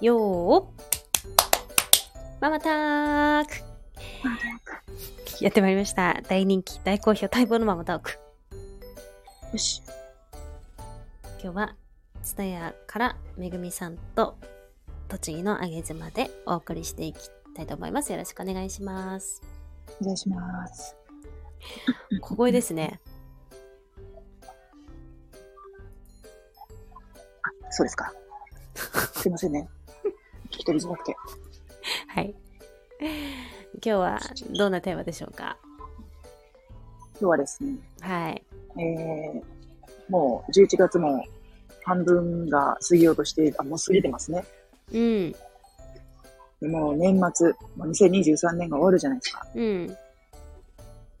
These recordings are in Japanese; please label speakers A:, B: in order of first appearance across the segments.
A: よーママタークやってまいりました。大人気、大好評、待望のママターク。
B: よし。
A: 今日は、ツタヤからめぐみさんと栃木のあげ妻でお送りしていきたいと思います。よろしくお願いします。
B: お願いします。
A: 小声です ね。
B: そうですか。すいませんね。聞き取りづらくて。
A: はい。今日はどんなテーマでしょうか
B: 今日はですね、
A: はい。
B: えー、もう11月も半分が過ぎようとして、あ、もう過ぎてますね。
A: うん。
B: でもう年末、もう2023年が終わるじゃないですか。
A: うん。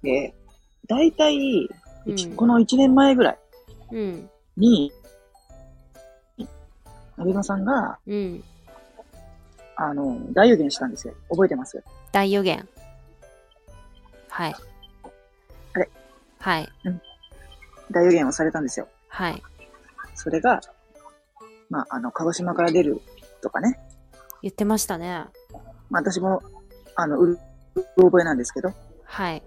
B: で、大体、
A: う
B: いち
A: ん
B: この1年前ぐらい
A: うん。
B: に、ナビマさんが、
A: うん。
B: あの、大予言したんですよ。覚えてます
A: 大予言。はい。
B: あれ
A: はい。
B: 大予言をされたんですよ。
A: はい。
B: それが、まあ、あの、鹿児島から出るとかね、
A: 言ってましたね。
B: まあ、私も、あの、うる、うる覚えなんですけど、
A: はい。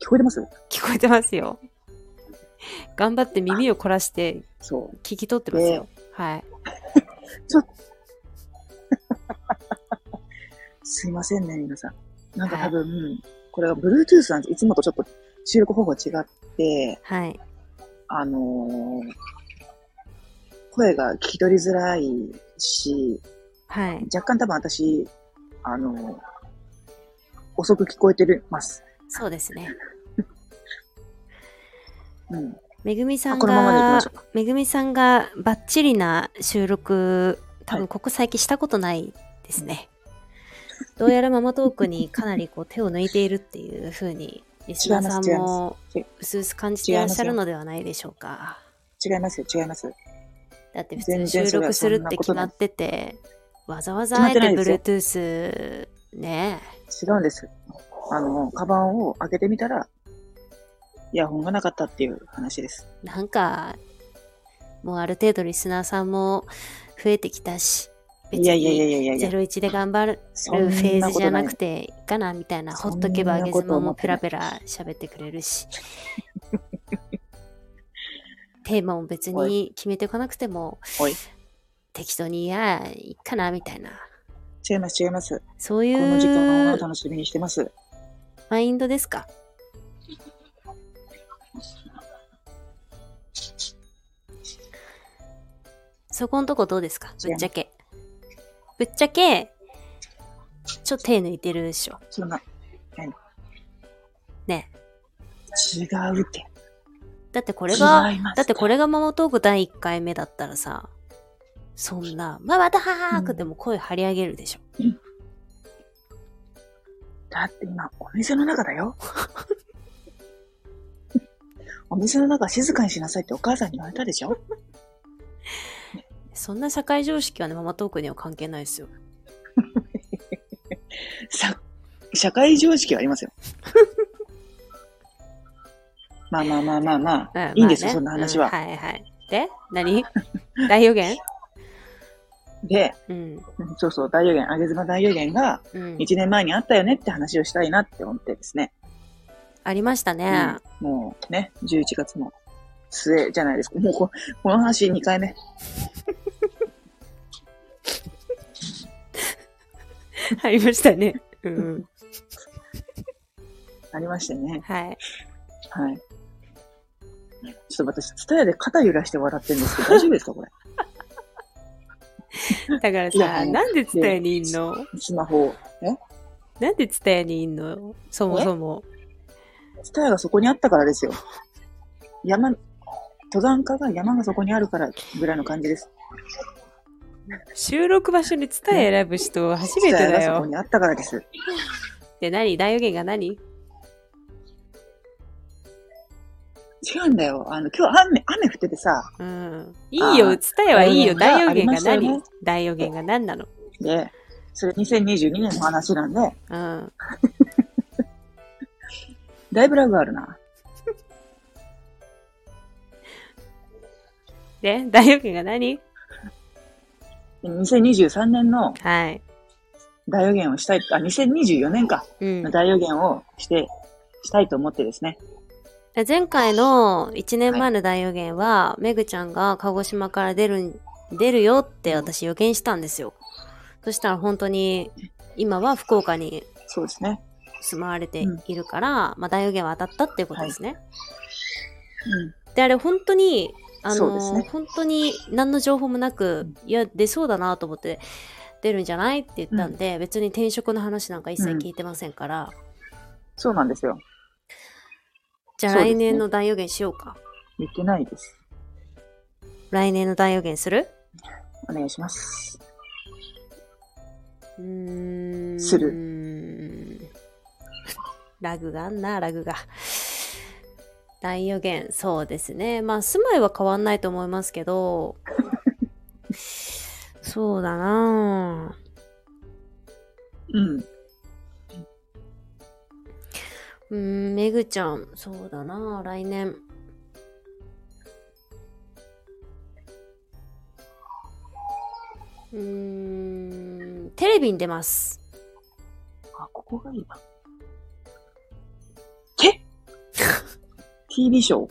B: 聞こえてます
A: 聞こえてますよ。頑張って耳を凝らして
B: そう。
A: 聞き取ってますよ。はい。
B: すいませんね、皆さん。なんか
A: はい
B: 多分、これは Bluetooth なんです。いつもとちょっと収録方法違って、
A: はい。
B: あのー声が聞き取りづらいし、
A: はい。
B: 若干多分私、あのー遅く聞こえてるます。
A: そうですね。
B: うん。
A: めぐみさ
B: あ、
A: ん
B: このままでいきま
A: が
B: しょ、うか。
A: めぐみさんがバッチリな収録、多
B: は
A: 分
B: い
A: ここ最近したことないですね。どうやらママトークにかなりこう手を抜いているっていうふうに、リスナーさん
B: 違い
A: も
B: 違いま
A: 薄々感じていらっしゃるのではないでしょうか。
B: 違いますよ、違います。
A: だって普
B: 全
A: 通
B: 然
A: 収
B: それ
A: 録
B: は
A: す
B: そ
A: る
B: ん
A: っ
B: な
A: て
B: こと
A: 決ま
B: ない
A: ってて、わざわざ
B: 決
A: あ
B: まっ
A: えて
B: てないですよ
A: Bluetooth ね
B: 違うんです。あの、カバンを開けてみたら、イヤホンがなかったっていう話です。
A: え、なんか、もうある程度リスナーさんも増えてきたし、別
B: いやいやいや
A: に
B: いやいやいや、
A: 01で頑張るフ
B: そん
A: ェー
B: な
A: ズ
B: こ
A: じゃ
B: とな
A: ないく。ていいかなみたいな、
B: そん
A: ほ
B: な
A: っとけばあげずま
B: こと思
A: も
B: って
A: ペ
B: な
A: ラ
B: い
A: ペラ喋ってくれる し、テーマも別
B: お
A: に決めてこなくても
B: おい、
A: 適当にいや、いいかなみたいな、
B: 違います、違います。
A: そうい
B: この時間を
A: う
B: 楽しみにしてます。
A: マインドですかそこんとこどうですかぶっちゃけ。ぶっちゃけ、ちょっと手抜いてるでしょ。
B: そんな、何
A: ね。
B: 違うって。
A: だってこれが、
B: 違います
A: だってこれがママトーク第1回目だったらさ、そんな、ママタークってもう声張り上げるでしょ。
B: だって今、お店の中だよ。 お店の中静かにしなさいってお母さんに言われたでしょ
A: そんな社会常識はね、ママトークには関係ないですよ。
B: さ社会常識はありますよ。 まあまあまあまあま
A: う
B: あ、いいんです
A: まあね
B: よ、そんな話は。
A: うんはいはい。で何 大予言
B: で、
A: うん。
B: うんそうそう、大予言、あげずま大予言が
A: うん。
B: 1年前にあったよねって話をしたいなって思ってですね。
A: ありましたね。
B: うんもうね、11月も末じゃないですか。もうここの話2回目。
A: ありましたね。うん。
B: ありましてね。
A: はい。
B: はい。ちょっと私、ツタヤで肩揺らして笑ってるんですけ ど、大丈夫ですかこれ。
A: だから
B: いや
A: さ、
B: もう
A: なんでツタヤにいんの
B: スマホを。え
A: なんでツタヤにいんのそもそも。
B: ツタヤがそこにあったからですよ。山、登山家が山がそこにあるからぐらいの感じです。
A: 収録場所にツタヤ選ぶ人初めて
B: ツタ
A: だ
B: ヤがそこ
A: よ。
B: にあったからです。
A: で、何大予言が何
B: 違うんだよ。あの、今日雨、雨降っててさ、
A: うん。いいよ、ツタヤはいいよ。
B: 大
A: 大
B: 予
A: 予
B: 言
A: 言
B: が
A: が
B: ありま
A: 何大予言が何なの
B: で、それ2022年の話なんで、
A: うん。
B: だいぶラグあるな。
A: で、大予言が何
B: 2023年の
A: はい。
B: 大予言をしたい、あ、2024年か、
A: うん
B: の。大予言をして、したいと思ってですね。
A: 前回の1年前の大予言は、めぐちゃんが鹿児島から出るん、出るよって私予言したんですよ。そしたら本当に、今は福岡に
B: そうですね。
A: 住まわれているから、まあ大予言は当たったっていうことですね。
B: うん。
A: で、あれ本当に、あ
B: そう
A: の
B: です
A: ー、
B: ね
A: 本当に何の情報もなく、いや、出そうだなと思って、出るんじゃないって言ったんで、別に転職の話なんか一切聞いてませんから、
B: そうなんですよ。
A: じゃあ
B: そうです
A: 来
B: ね
A: 年の大予言しようか。
B: 言ってないです。
A: 来年の大予言する
B: お願いします。
A: うーん
B: す
A: る。ラグがあんな、ラグが。大予言、そうですね。まあ、住まいは変わんないと思いますけど、 そうだなぁ
B: うん。
A: うーん、めぐちゃん、そうだなぁ来年。うーん、テレビに出ます。
B: あ、ここがいいな。 え ?TV ショー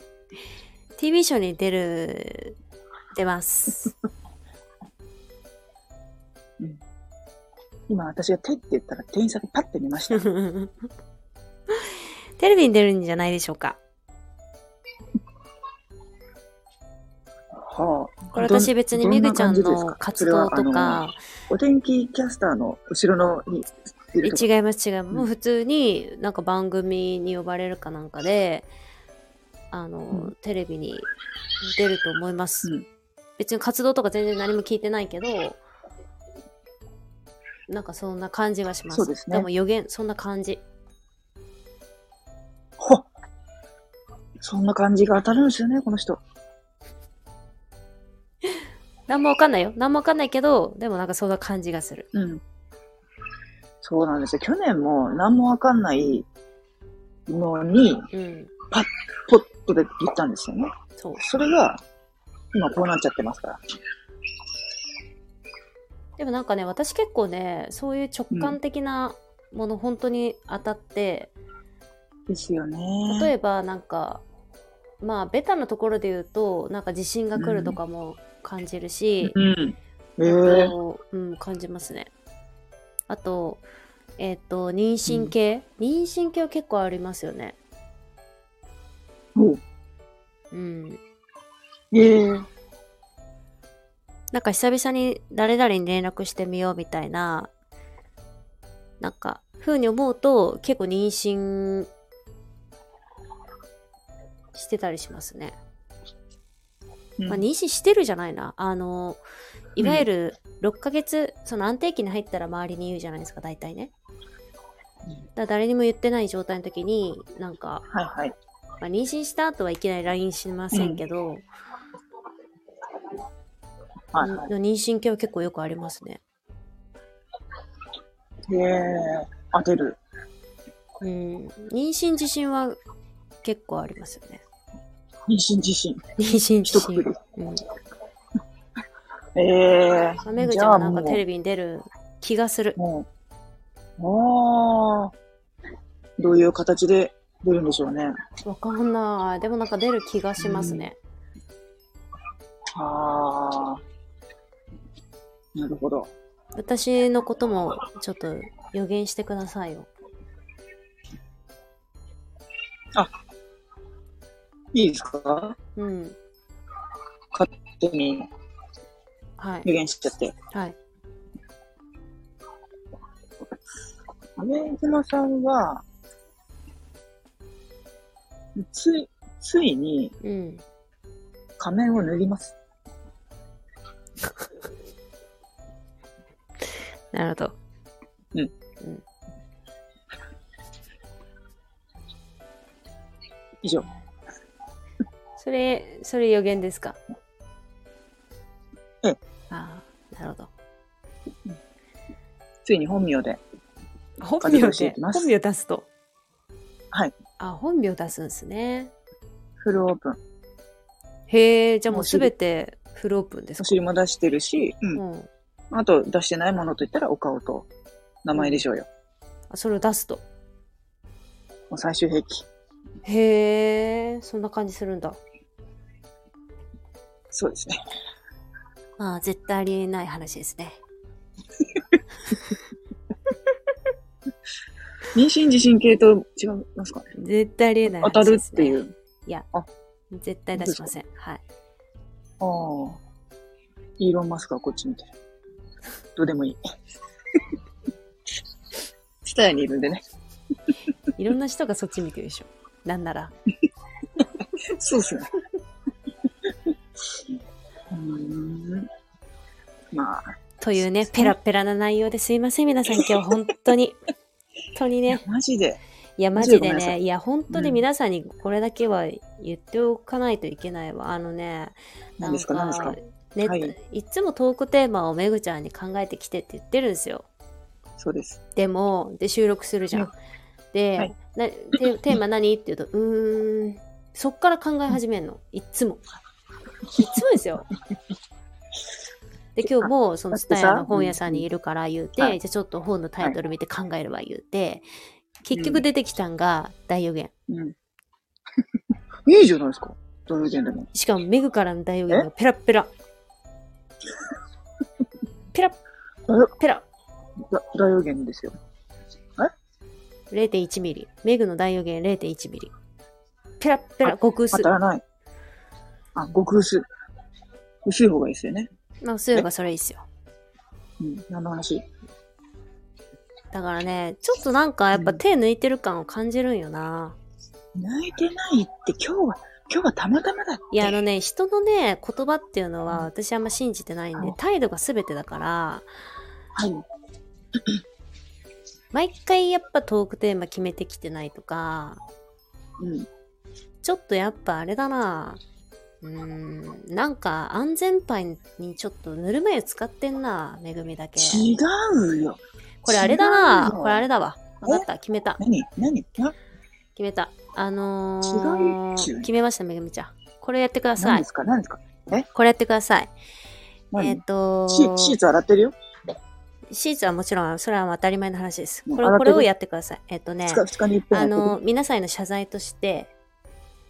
A: TV ショーに出る、出ます。
B: 今私が手って言ったら店員さんがパッて見ました。
A: テレビに出るんじゃないでしょうか。
B: はあ。
A: これ私別にめぐちゃんの活動
B: ど
A: と
B: んな感じですそれはあの
A: か、
B: お天気キャスターの後ろのにい
A: え
B: るとこ
A: 違います違います。もう普通になんか番組に呼ばれるかなんかで、あの、
B: う
A: テレビに出ると思います。
B: うん
A: 別に活動とか全然何も聞いてないけど、なんかそんな感じはします。
B: そうですね
A: も予言、そんな感じ。
B: ほっそんな感じが当たるんですよね、この人。
A: 何もわかんないよ。何もわかんないけど、でもなんかそんな感じがする。
B: うん。そうなんですよ。去年も何もわかんないのに、
A: うん。
B: ポッとで言ったんですよね。
A: そう。
B: それが、今こうなっちゃってますから。
A: でもなんかね私結構ねそういう直感的なもの、本当に当たって
B: ですよね。
A: 例えばなんかまあベタなところで言うとなんか地震が来るとかも感じるし、
B: うん。ええ
A: あとうん、感じますねあとえっ、と妊娠系、妊娠系は結構ありますよね
B: おう
A: うん
B: ええ
A: なんか久々に誰々に連絡してみようみたいな、なんか、風に思うと結構妊娠してたりしますね。
B: うん
A: まあ、妊娠してるじゃないな。あの、いわゆる6ヶ月、その安定期に入ったら周りに言うじゃないですか、大体ね。
B: うん
A: だから誰にも言ってない状態の時に、なんか、
B: はいはい。
A: まあ、妊娠した後はいきなり LINE しませんけど、
B: はいはい。
A: 妊娠系は結構よくありますね。
B: ええ当てる。
A: うん、妊娠自信は結構ありますよね。
B: 妊娠自身。
A: 妊娠自
B: 一括
A: 信。
B: り。
A: うん
B: え え
A: まあ、めぐち
B: じ
A: ゃん
B: ゃ
A: は
B: あ
A: なん
B: も
A: か
B: う、
A: テレビに出る気がする。
B: もう、ああ、どういう形で出るんでしょうね。
A: わかんない。でもなんか出る気がしますね。
B: ああ、なるほど。
A: 私のこともちょっと予言してくださいよ。
B: いいですか
A: うん。
B: 手に
A: はい。
B: 予言しちゃって。
A: はい。
B: 鮫島さんは、つい、ついに
A: うん。
B: 仮面を脱ぎます。
A: なるほど。
B: 以上。
A: それ、それ予言ですか
B: うん。
A: ああ、なるほど。
B: ついに本名で。
A: 本
B: 活
A: 名
B: 動して
A: で
B: いきます
A: 本名出すと。
B: はい。
A: あ、本名出すんですね。
B: フルオープン。
A: へえ、じゃあもうすべてフルオープンですか
B: お尻も出してるし、うん。
A: うん。
B: あと、出してないものといったら、お顔と名前でしょうよ。
A: あそれを出すと。
B: もう最終兵器。
A: へえ、そんな感じするんだ。
B: そうですね。
A: まあ、絶対ありえない話ですね。
B: 妊娠自身系と違いますかね。
A: 絶対ありえない
B: 当
A: 話
B: たる
A: で
B: っ
A: す、
B: て
A: ね。。
B: いうう。
A: 絶対出しません。はい。
B: ああ。イーロン・マスクはこっち見てる。どうでもいい。 スタヤにいるんでね。
A: いろんな人がそっち見てるでしょ。なんなら。
B: そうっすね。 うーん。まあ、
A: というね、ペラペラな内容ですいません、皆さん。今日本当に。本当に ね。
B: マジで。
A: いや、マ
B: マ
A: ジ
B: ジで
A: で
B: ごめんなさ
A: ね、
B: い
A: いや、本当に
B: うん
A: 皆さんにこれだけは言っておかないといけないわ。あのね、
B: 何ですか
A: な
B: 何
A: ん
B: ですか
A: ね、
B: はい
A: い、つもトークテーマをめぐちゃんに考えてきてって言ってるんですよ。
B: そうです。
A: でも、で、収録するじゃん。
B: は
A: で、
B: はい
A: なテテーマ何って言うと、うーん、そっから考え始めるの。いっつも。いっつもですよ。で、今日も、その、
B: だっ
A: ツ
B: て
A: タ
B: さ
A: ヤの本屋さんにいるから言うて、
B: うんは
A: じゃあちょっと本のタイトル見て考えるわ言うて、結局出てきたんが、大予言。
B: うん。 いいじゃないですか。どの時点でも。
A: しかもメグからの大予言がペラッペラ。ペラッペラ。
B: だ大予言ですよ。
A: 0.1ミリ。メグの大予言0.1ミリ。ペラッペラ、
B: あ
A: 極薄
B: 当た。らない。あ、極薄。薄い方がいいですよね。
A: まあ、そういえばそれいいっすよ。
B: うん。何の話
A: だからね、ちょっとなんかやっぱ
B: うん
A: 手抜いてる感を感じるんよな。
B: 泣いてないって今日は、今日はたまたまだって。
A: いや、あのね、人のね、言葉っていうのは私あんま信じてないんで
B: あ、
A: 態度が全てだから、
B: はい。
A: 毎回やっぱトークテーマ決めてきてないとか、
B: うん。
A: ちょっとやっぱあれだな。うーん、なんか安全牌にちょっとぬるま湯使ってんな、めぐみだけ。
B: 違うよ。
A: これあれだな。
B: 違うよ
A: これあれだわ。
B: え
A: わかった、決めた。
B: 何何な
A: 決めた。あの
B: 違うっちゅう
A: ー、
B: ね
A: 決めました、めぐみちゃん。これやってくださ
B: 何
A: い
B: で。すか何ですか
A: これやってください。
B: 何、
A: えっ、と
B: シシーツ洗ってるよ。
A: シーツはもちろん、それは当たり前の話です。
B: うん
A: これを
B: 洗って
A: こ
B: る
A: れをやってください。えっ、とね
B: 二、日、二日に一遍や
A: あ
B: ってる。
A: のー、皆さんへの謝罪として、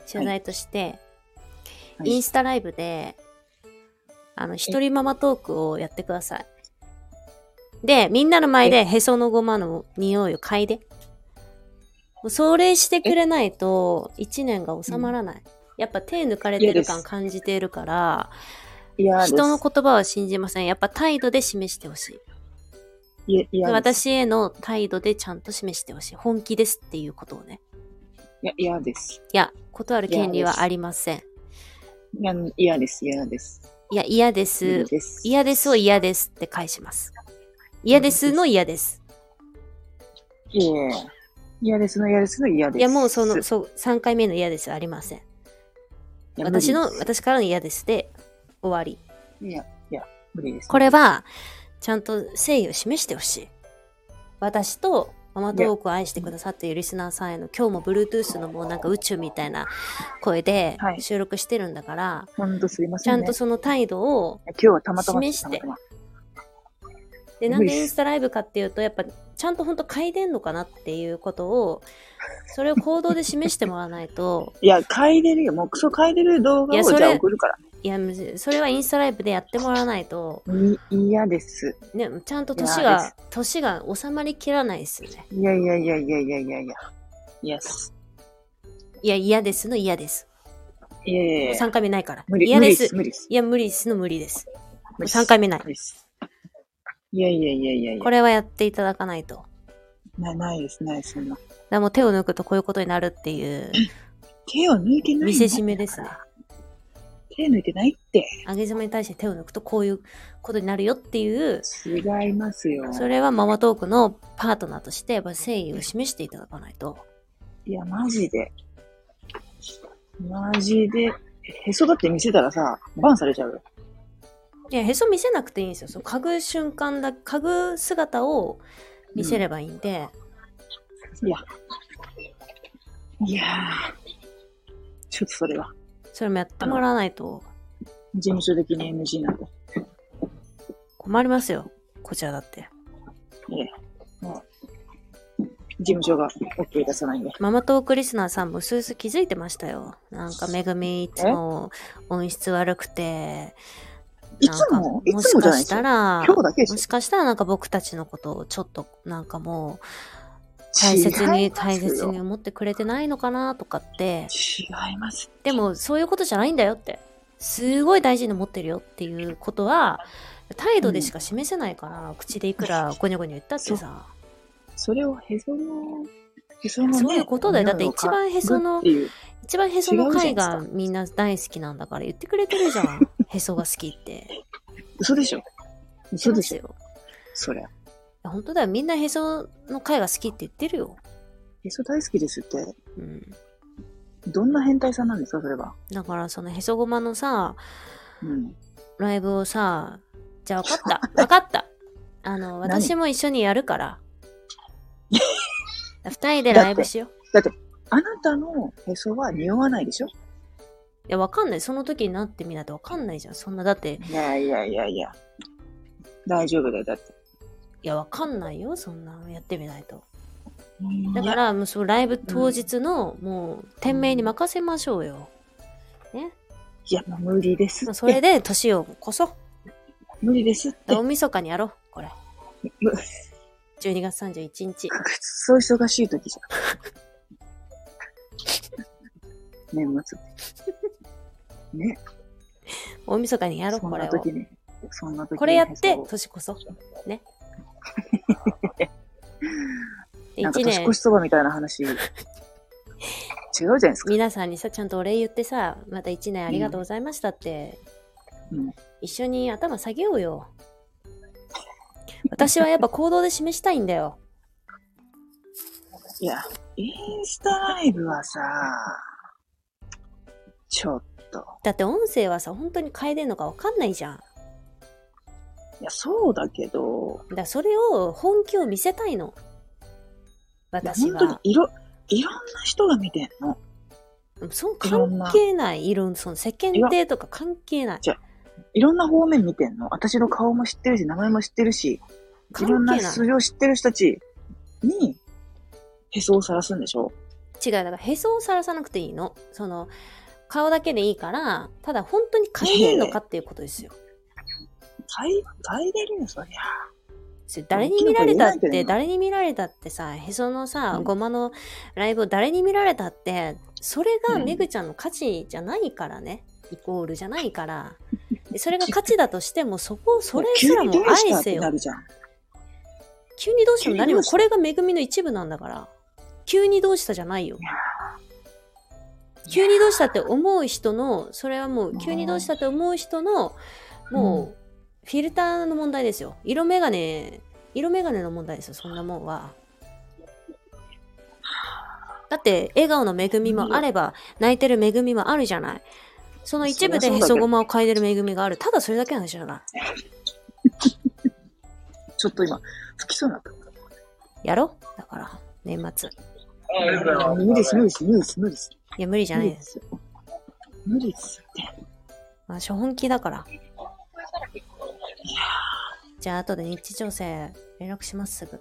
A: 謝罪として、
B: はい
A: インスタライブで、あの、一人ママトークをやってください。で、みんなの前でへそのごまの匂いを嗅いで。もうそれしてくれないと、一年が収まらない。やっぱ手抜かれて
B: 嫌で
A: る
B: す
A: 感感じているから、
B: 嫌です。
A: 人の言葉は信じません。やっぱ態度で示してほしい。
B: いえ嫌です。
A: 私への態度でちゃんと示してほしい。本気ですっていうことをね。
B: いや嫌です。
A: いや、断る権利はありません。
B: いや嫌です。嫌です。
A: いや、嫌で
B: 無理
A: す。
B: です。
A: 嫌ですを嫌ですって返します。嫌ですの嫌です。
B: いえ。嫌ですの嫌ですの嫌です。
A: いや、もうその、
B: い
A: そう、3回目の嫌ですありません。
B: や
A: 私の、
B: 無理で
A: 私からの嫌ですで終わり。
B: すいや、いや、無理です。
A: これは、ちゃんと誠意を示してほしい。私とママトークを愛してくださっているリスナーさんへの、今日も Bluetooth のもうなんか宇宙みたいな声で
B: はい
A: 収録してるんだから、
B: ほんとすいま
A: ち
B: せ
A: ゃん
B: ん、ね。
A: とその態度を、
B: 今日はたまたま
A: 示して
B: たま
A: で、なん
B: 無
A: でイ
B: 理っす
A: ンスタライブかっていうと、やっぱ、ちゃんと本当嗅いでんのかなっていうことを、それを行動で示してもらわないと、
B: いや、嗅いでるよ。もうクソ嗅いでる動
A: い
B: 画
A: や
B: を
A: それ
B: じゃあ送るから。
A: いや、むずそれはインスタライブでやってもらわないと、
B: い嫌です。
A: ね、ちゃんと年
B: いやで
A: が、年が収まりきらないですよね。
B: いやいやいやいやいやいやいや。イエス。
A: いや、嫌ですの嫌です。
B: いやいやいや。
A: 3回目ないから。
B: 無理
A: 嫌
B: 無理
A: で
B: ですす。。無理です。
A: いや、無理ですの無理です。
B: 無理です
A: 3回目ない
B: 無。理です。いやいやいやいやいや。
A: これはやっていただかないと。だか
B: なないです、ないです、そんな。
A: らもう手を抜くとこういうことになるって いう
B: 手を抜いてないんだ
A: 見せしめですね。
B: 手抜いてないって。
A: あげざまに対して手を抜くとこういうことになるよっていう、
B: 違いますよ。
A: それはママトークのパートナーとして、やっぱ誠意を示していただかないと。
B: いや、マジで。マジで。へそだって見せたらさ、バンされちゃうよ。
A: いや、へそ見せなくていいんですよ。その嗅ぐ瞬間だ、嗅ぐ姿を見せればいいんで。
B: いや。いやー。ちょっとそれは、
A: それもやってもらわないと
B: 事務所的に NG なんだ。
A: 困りますよ。こちらだって。
B: 事務所が OK 出さないんで。
A: ママトークリスナーさんも薄々気づいてましたよ。なんか、めぐみいつも音質悪くて、
B: い
A: なん
B: つ
A: か
B: もい
A: も
B: つ
A: し
B: もじ
A: か
B: ゃな
A: し
B: いです
A: た
B: よ。
A: ら、
B: 今日だけです
A: も
B: よ
A: しかしたらなんか僕たちのことをちょっとなんかもう大切
B: 違
A: に
B: います
A: 大
B: よ
A: 切に思ってくれてないのかなとかって、
B: 違います。
A: でもそういうことじゃないんだよって、すごい大事に思ってるよっていうことは、態度でしか示せないから、口でいくらゴニョゴニョ言ったってさ、
B: それをへその、へその、ね、
A: そういうことだよだって
B: 匂いを
A: 一番へその
B: 嗅ぐっていう
A: 一番へその
B: 違うじゃ
A: 回
B: ん
A: がみんな大好きなんだから言ってくれてるじゃ ん。へそが好きって。
B: 嘘でしょ。嘘でしょ。
A: よ。
B: そりゃ。
A: 本当だよ。みんなへその回が好きって言ってるよ。
B: へそ大好きですって、
A: うん。
B: どんな変態さんなんですか、それは。
A: だからそのへそごまのさ、
B: うん。
A: ライブをさ、じゃあ分かっ た。分かった。あの、
B: 何
A: 私も一緒にやる から。二人でライブしよう。
B: あなたのへそは匂わないでしょ
A: いや、分かんない。その時になってみないと分かんないじゃん。そんな、だって、
B: いやいやいやいや。大丈夫だよ、だって。
A: いや、分かんないよ。そんな、やってみないと。だ
B: だ
A: か、
B: から
A: もうそう、ライブ当日の、もう、店名に任せましょうよ。ね。
B: いや、もう無理ですっ
A: まあ
B: て。
A: それで、年を越 そう。
B: 無理ですって。
A: 大晦日にやろう。これ。
B: む
A: 12月31日。
B: くっそ忙しい時じ ゃん。年末。ね、
A: 大晦日にやろう、
B: そん
A: これ
B: な
A: を。
B: 時に。そんな時に
A: これやって
B: へそを、
A: 年越そう。ね。で
B: なんか
A: 一
B: 年
A: 年
B: 越し、そばみたいな話。違うじゃないですか。
A: 皆さんにさ、ちゃんとお礼言ってさ、また一年ありがとうございましたって、
B: うん
A: 一緒に頭下げようよ。私はやっぱ行動で示したいんだよ。
B: いや、インスタライブはさ、ちょっと。
A: だって音声はさ、本当に変えてんのかわかんないじゃん。だか
B: いや、そうだけど、
A: らそれを本気を見せたいの。
B: いや、
A: 私
B: 本当に
A: は。
B: いろ、いろんな人が見てんの。
A: そう
B: いろん
A: 関
B: な
A: 係ない。いろんその世間体とか関係ない。
B: いろんな方面見てんの。私の顔も知ってるし、名前も知ってるし、い
A: 関
B: ろんな
A: 係ない
B: 数。字を知ってる人たちに、へそを晒すんでしょ
A: 違うだからへそをさらさなくていいのその顔だけでいいからただ本当に変えれるのかっていうことですよ
B: 変え、変えれるよ、そりゃ。
A: それ誰に見られたっ
B: 大きな声言えないけど
A: て
B: な
A: 誰に見られたってさへそのさ
B: うん
A: ごまのライブを誰に見られたってそれが
B: うん
A: めぐちゃんの価値じゃないからね、イコールじゃないから でそれが価値だとしてもそこそれす
B: 急
A: ら
B: に
A: も
B: どうした
A: 愛
B: っ
A: せ
B: て
A: よ
B: なるじゃん。
A: 急にどうしても何
B: 急にど
A: も
B: うした
A: これがめぐみの一部なんだから急にどうしたじゃないよ
B: いや
A: 急にどうしたって思う人のそれはもう急にどうしたって思う人のもうフィルターの問題ですよ色眼鏡色眼鏡の問題ですよそんなもんはだって笑顔の恵みもあれば泣いてる恵みもあるじゃないその一部でへそごまを嗅いでる恵みがあるただそれだけの話じゃない
B: ちょっと今、吹きそうになった。
A: やろだから年末
B: 無理です、無理です、無理です、無理です。
A: いや無理じゃ
B: 無
A: ない
B: 理
A: で
B: ですす。無理ですって。
A: まあ初本気だからじゃあ後で日調整連絡しますすぐ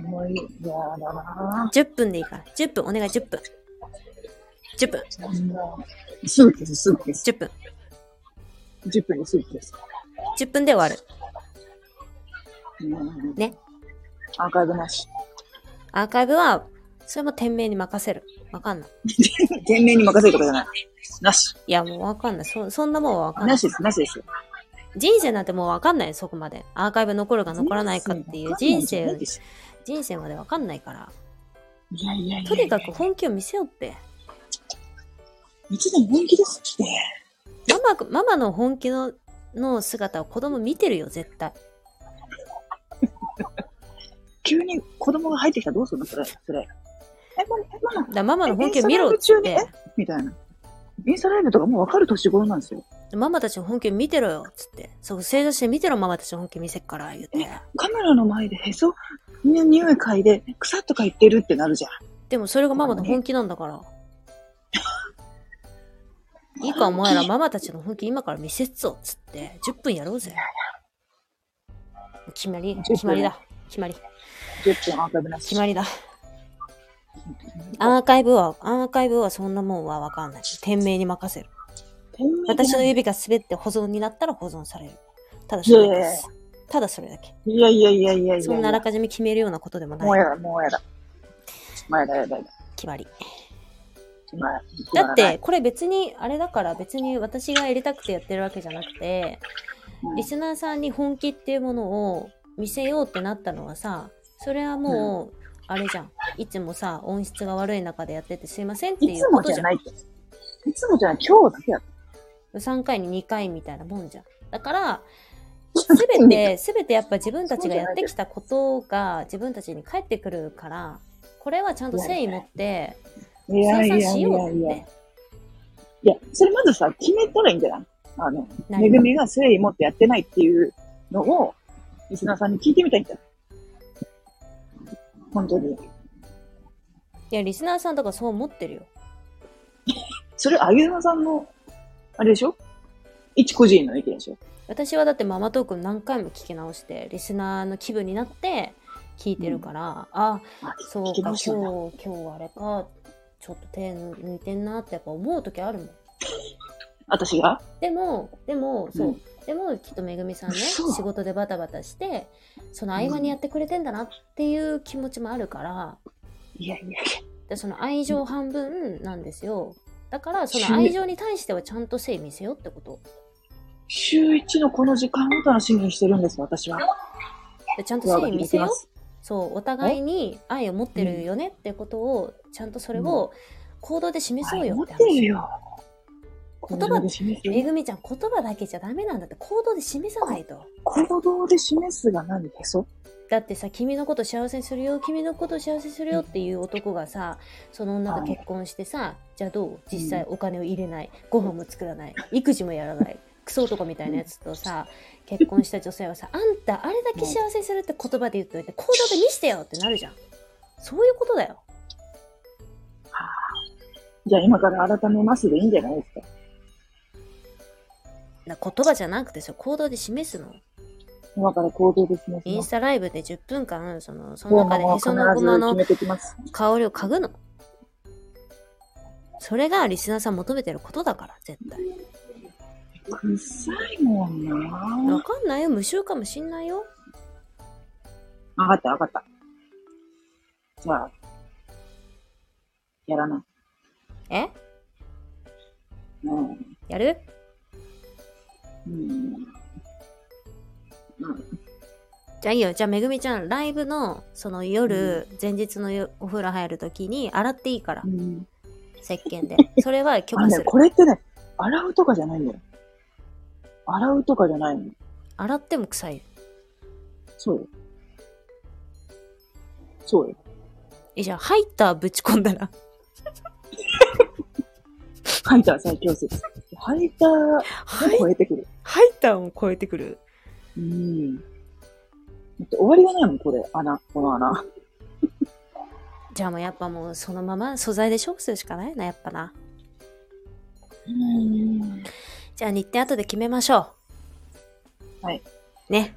B: もういいやだな
A: 10分でいいから10分お願い10分10分
B: ぁ。すぐです、すぐです。
A: 10分
B: 10分ですぐです。
A: 10分で終わる
B: うん
A: ね。
B: アーカイブなし。
A: アーカイブはそれも店名に任せるわかんない
B: 店名に任せるとかじゃない。なし。
A: いやもうわかんないそそんなもんはわかんな
B: ないしです、なしです。
A: 人生なんてもうわかんないそこまでアーカイブ残るか残らないかっていう人
B: わかんない
A: 生
B: んじゃないです
A: 人生までわかんないから
B: いやいやいや。
A: とにかく本気を見せようって
B: 一年本気ですって。
A: ママくママの本気のの姿を子供見てるよ絶対
B: 急に子供が入ってきたらどうするのそれ。それ。え、もう、え、マ
A: だ
B: マ
A: からママの本気を見ろっつって
B: みたいな。インスタライブとかもう分かる年頃なんですよ。
A: ママたちの本気を見てろよっつってそう正座して見てろママたちの本気見せっから言って
B: カメラの前でへそ、に匂い嗅いで、草とか言ってるってなるじゃん。
A: でもそれがママの本気なんだからいいか、お前らママたちの本気今から見せっぞ、つって、10分やろうぜ。決まり、決まりだ。決まり、
B: 10分アーカイブなし。
A: 決まりだ。アーカイブは、アーカイブはそんなもんはわかんない。店名に任せる。私の指が滑って保存になったら保存される。ただそれだけです。ただそれだけ。
B: いやいやいやいやいや。
A: そんなあらかじめ決めるようなことでも
B: も
A: な
B: う
A: い。
B: やだ、もうやだ。まあやだやだやだ。
A: 決まり。
B: まあ
A: だって、、これ別に、あれだから別に私がやりたくてやってるわけじゃなくて、
B: うん
A: リスナーさんに本気っていうものを見せようってなったのはさ、それはもう、あれじゃん。いつもさ、音質が悪い中でやっててすいませんって
B: い
A: い
B: つ
A: う
B: も
A: こと
B: じ
A: じゃ
B: ゃ
A: ん。
B: ないって。いつもじゃない、今日だけやっ
A: 3回に2回みたいなもんじゃん。だから、すべて、すべてやっぱ自分たちがやってきたことが自分たちに返ってくるから、これはちゃんと誠意持って、
B: た。いや
A: 生
B: いや
A: 産
B: いや
A: し
B: い
A: ようっ
B: やいや。
A: て
B: い。や、それまずさ、決めたらいいんじゃないあの、
A: な
B: め
A: る
B: ぐみが誠意持ってやってないっていうのを、リスナーさんに聞いてみたいんじゃない本当に。
A: いや、リスナーさんとかそう思ってるよ。
B: それ、あゆまさんの、あれでしょ一個人の意見でしょ
A: 私はだってママトーク何回も聞き直して、リスナーの気分になって聞いてるから、あ、
B: あ
A: そう
B: 聞き
A: か、今
B: ま
A: 日、
B: したね。
A: 今日あれか、ちょっと手抜いてんなってやっぱ思う時あるもん。
B: 私が
A: でも、でも、そう。
B: うん
A: でも、きっとめぐみさんね、
B: そう
A: 仕事でバタバタして、その合間にやってくれてんだなっていう気持ちもあるから、
B: いやいやいや。
A: でその愛情半分なんですよ。だから、その愛情に対してはちゃんと誠意見せようってこと。
B: 週一のこの時間を楽しみにしてるんです、私は。
A: でちゃんと誠意見せよう。そう、お互い
B: え
A: に愛を持ってるよねってことを、ちゃんとそれを行動で示そうよ
B: 思
A: っ
B: ってて
A: 話。
B: るよ。
A: 言
B: 行動
A: 葉
B: で示す
A: めぐみちゃん、言葉だけじゃダメなんだって、行動で示さないと。
B: 行動で示すが何へそ
A: だってさ君のこと幸せにするよ君のこと幸せにするよっていう男がさその女が結婚してさじゃあどう実際お金を入れないご飯も作らない育児もやらないクソ男みたいなやつとさ結婚した女性はさあんたあれだけ幸せにするって言葉で言っといて行動で見してよってなるじゃんそういうことだよ
B: じゃあ今から改めますでいいんじゃないですか。
A: な言葉じゃなくてさ行動で示すの
B: 今から行動で示す
A: イン
B: の
A: ス。タライブで10分間そのその
B: 今
A: 中でへその
B: は
A: ご
B: 必
A: ま
B: ず決
A: の
B: めてきます。
A: 香りを嗅ぐのそれがリスナーさん求めてることだから絶対
B: 臭いもん
A: わ
B: な
A: かんないよ、無臭かもしんないよ。
B: わかったわかった。じゃあ、やらな。
A: え
B: うん。
A: やる
B: うん。
A: じゃあいいよ。じゃあめぐみちゃん、ライブの、その夜、前日のよお風呂入るときに、洗っていいから
B: う、ん。
A: 石鹸で。それは許
B: あ
A: 可
B: ね
A: す、る。
B: これってね、洗うとかじゃないんだよ。洗うとかじゃないの。
A: 洗っても臭いよ。
B: そうよ。そうよ。
A: え、じゃあ、入ったぶち込んだら、
B: ハイター最強説。ハイターを
A: はい、
B: 超えてくる。
A: 入ったを超えてくる。
B: うん。だって終わりがないもん、これ。穴、この穴。
A: じゃあもうやっぱもう、そのまま素材で勝負するしかないな、やっぱな。
B: うん。
A: じゃあ日程後で決めましょう。
B: はい。
A: ね。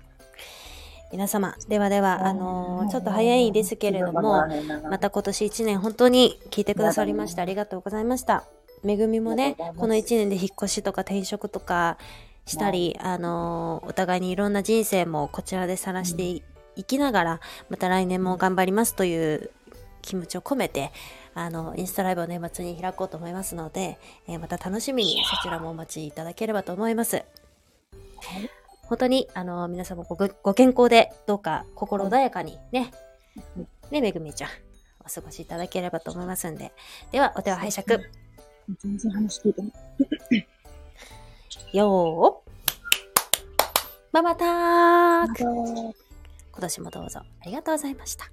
A: 皆様、ではでは、あのーちょっと早いですけれども、ま
B: ま
A: た今年1年本当に聞いてくださりましてありがとうございました。めぐみも
B: あり
A: ね
B: がとうござい、ます
A: この1年で引っ越しとか転職とかしたり、あのーお互いにいろんな人生もこちらで晒してい,、きながら、また来年も頑張りますという気持ちを込めて、あの、インスタライブを年末に開こうと思いますので、えーまた楽しみにそちらもお待ちいただければと思います。本当に、あのー皆様ごご健康で、どうか心穏やかにね、ね、めぐみちゃん、お過ごしいただければと思いますんで。では、お手を拝借。
B: 全然話聞いてない。
A: よーママター
B: ま
A: ク
B: た
A: 今年もどうぞありがとうございました。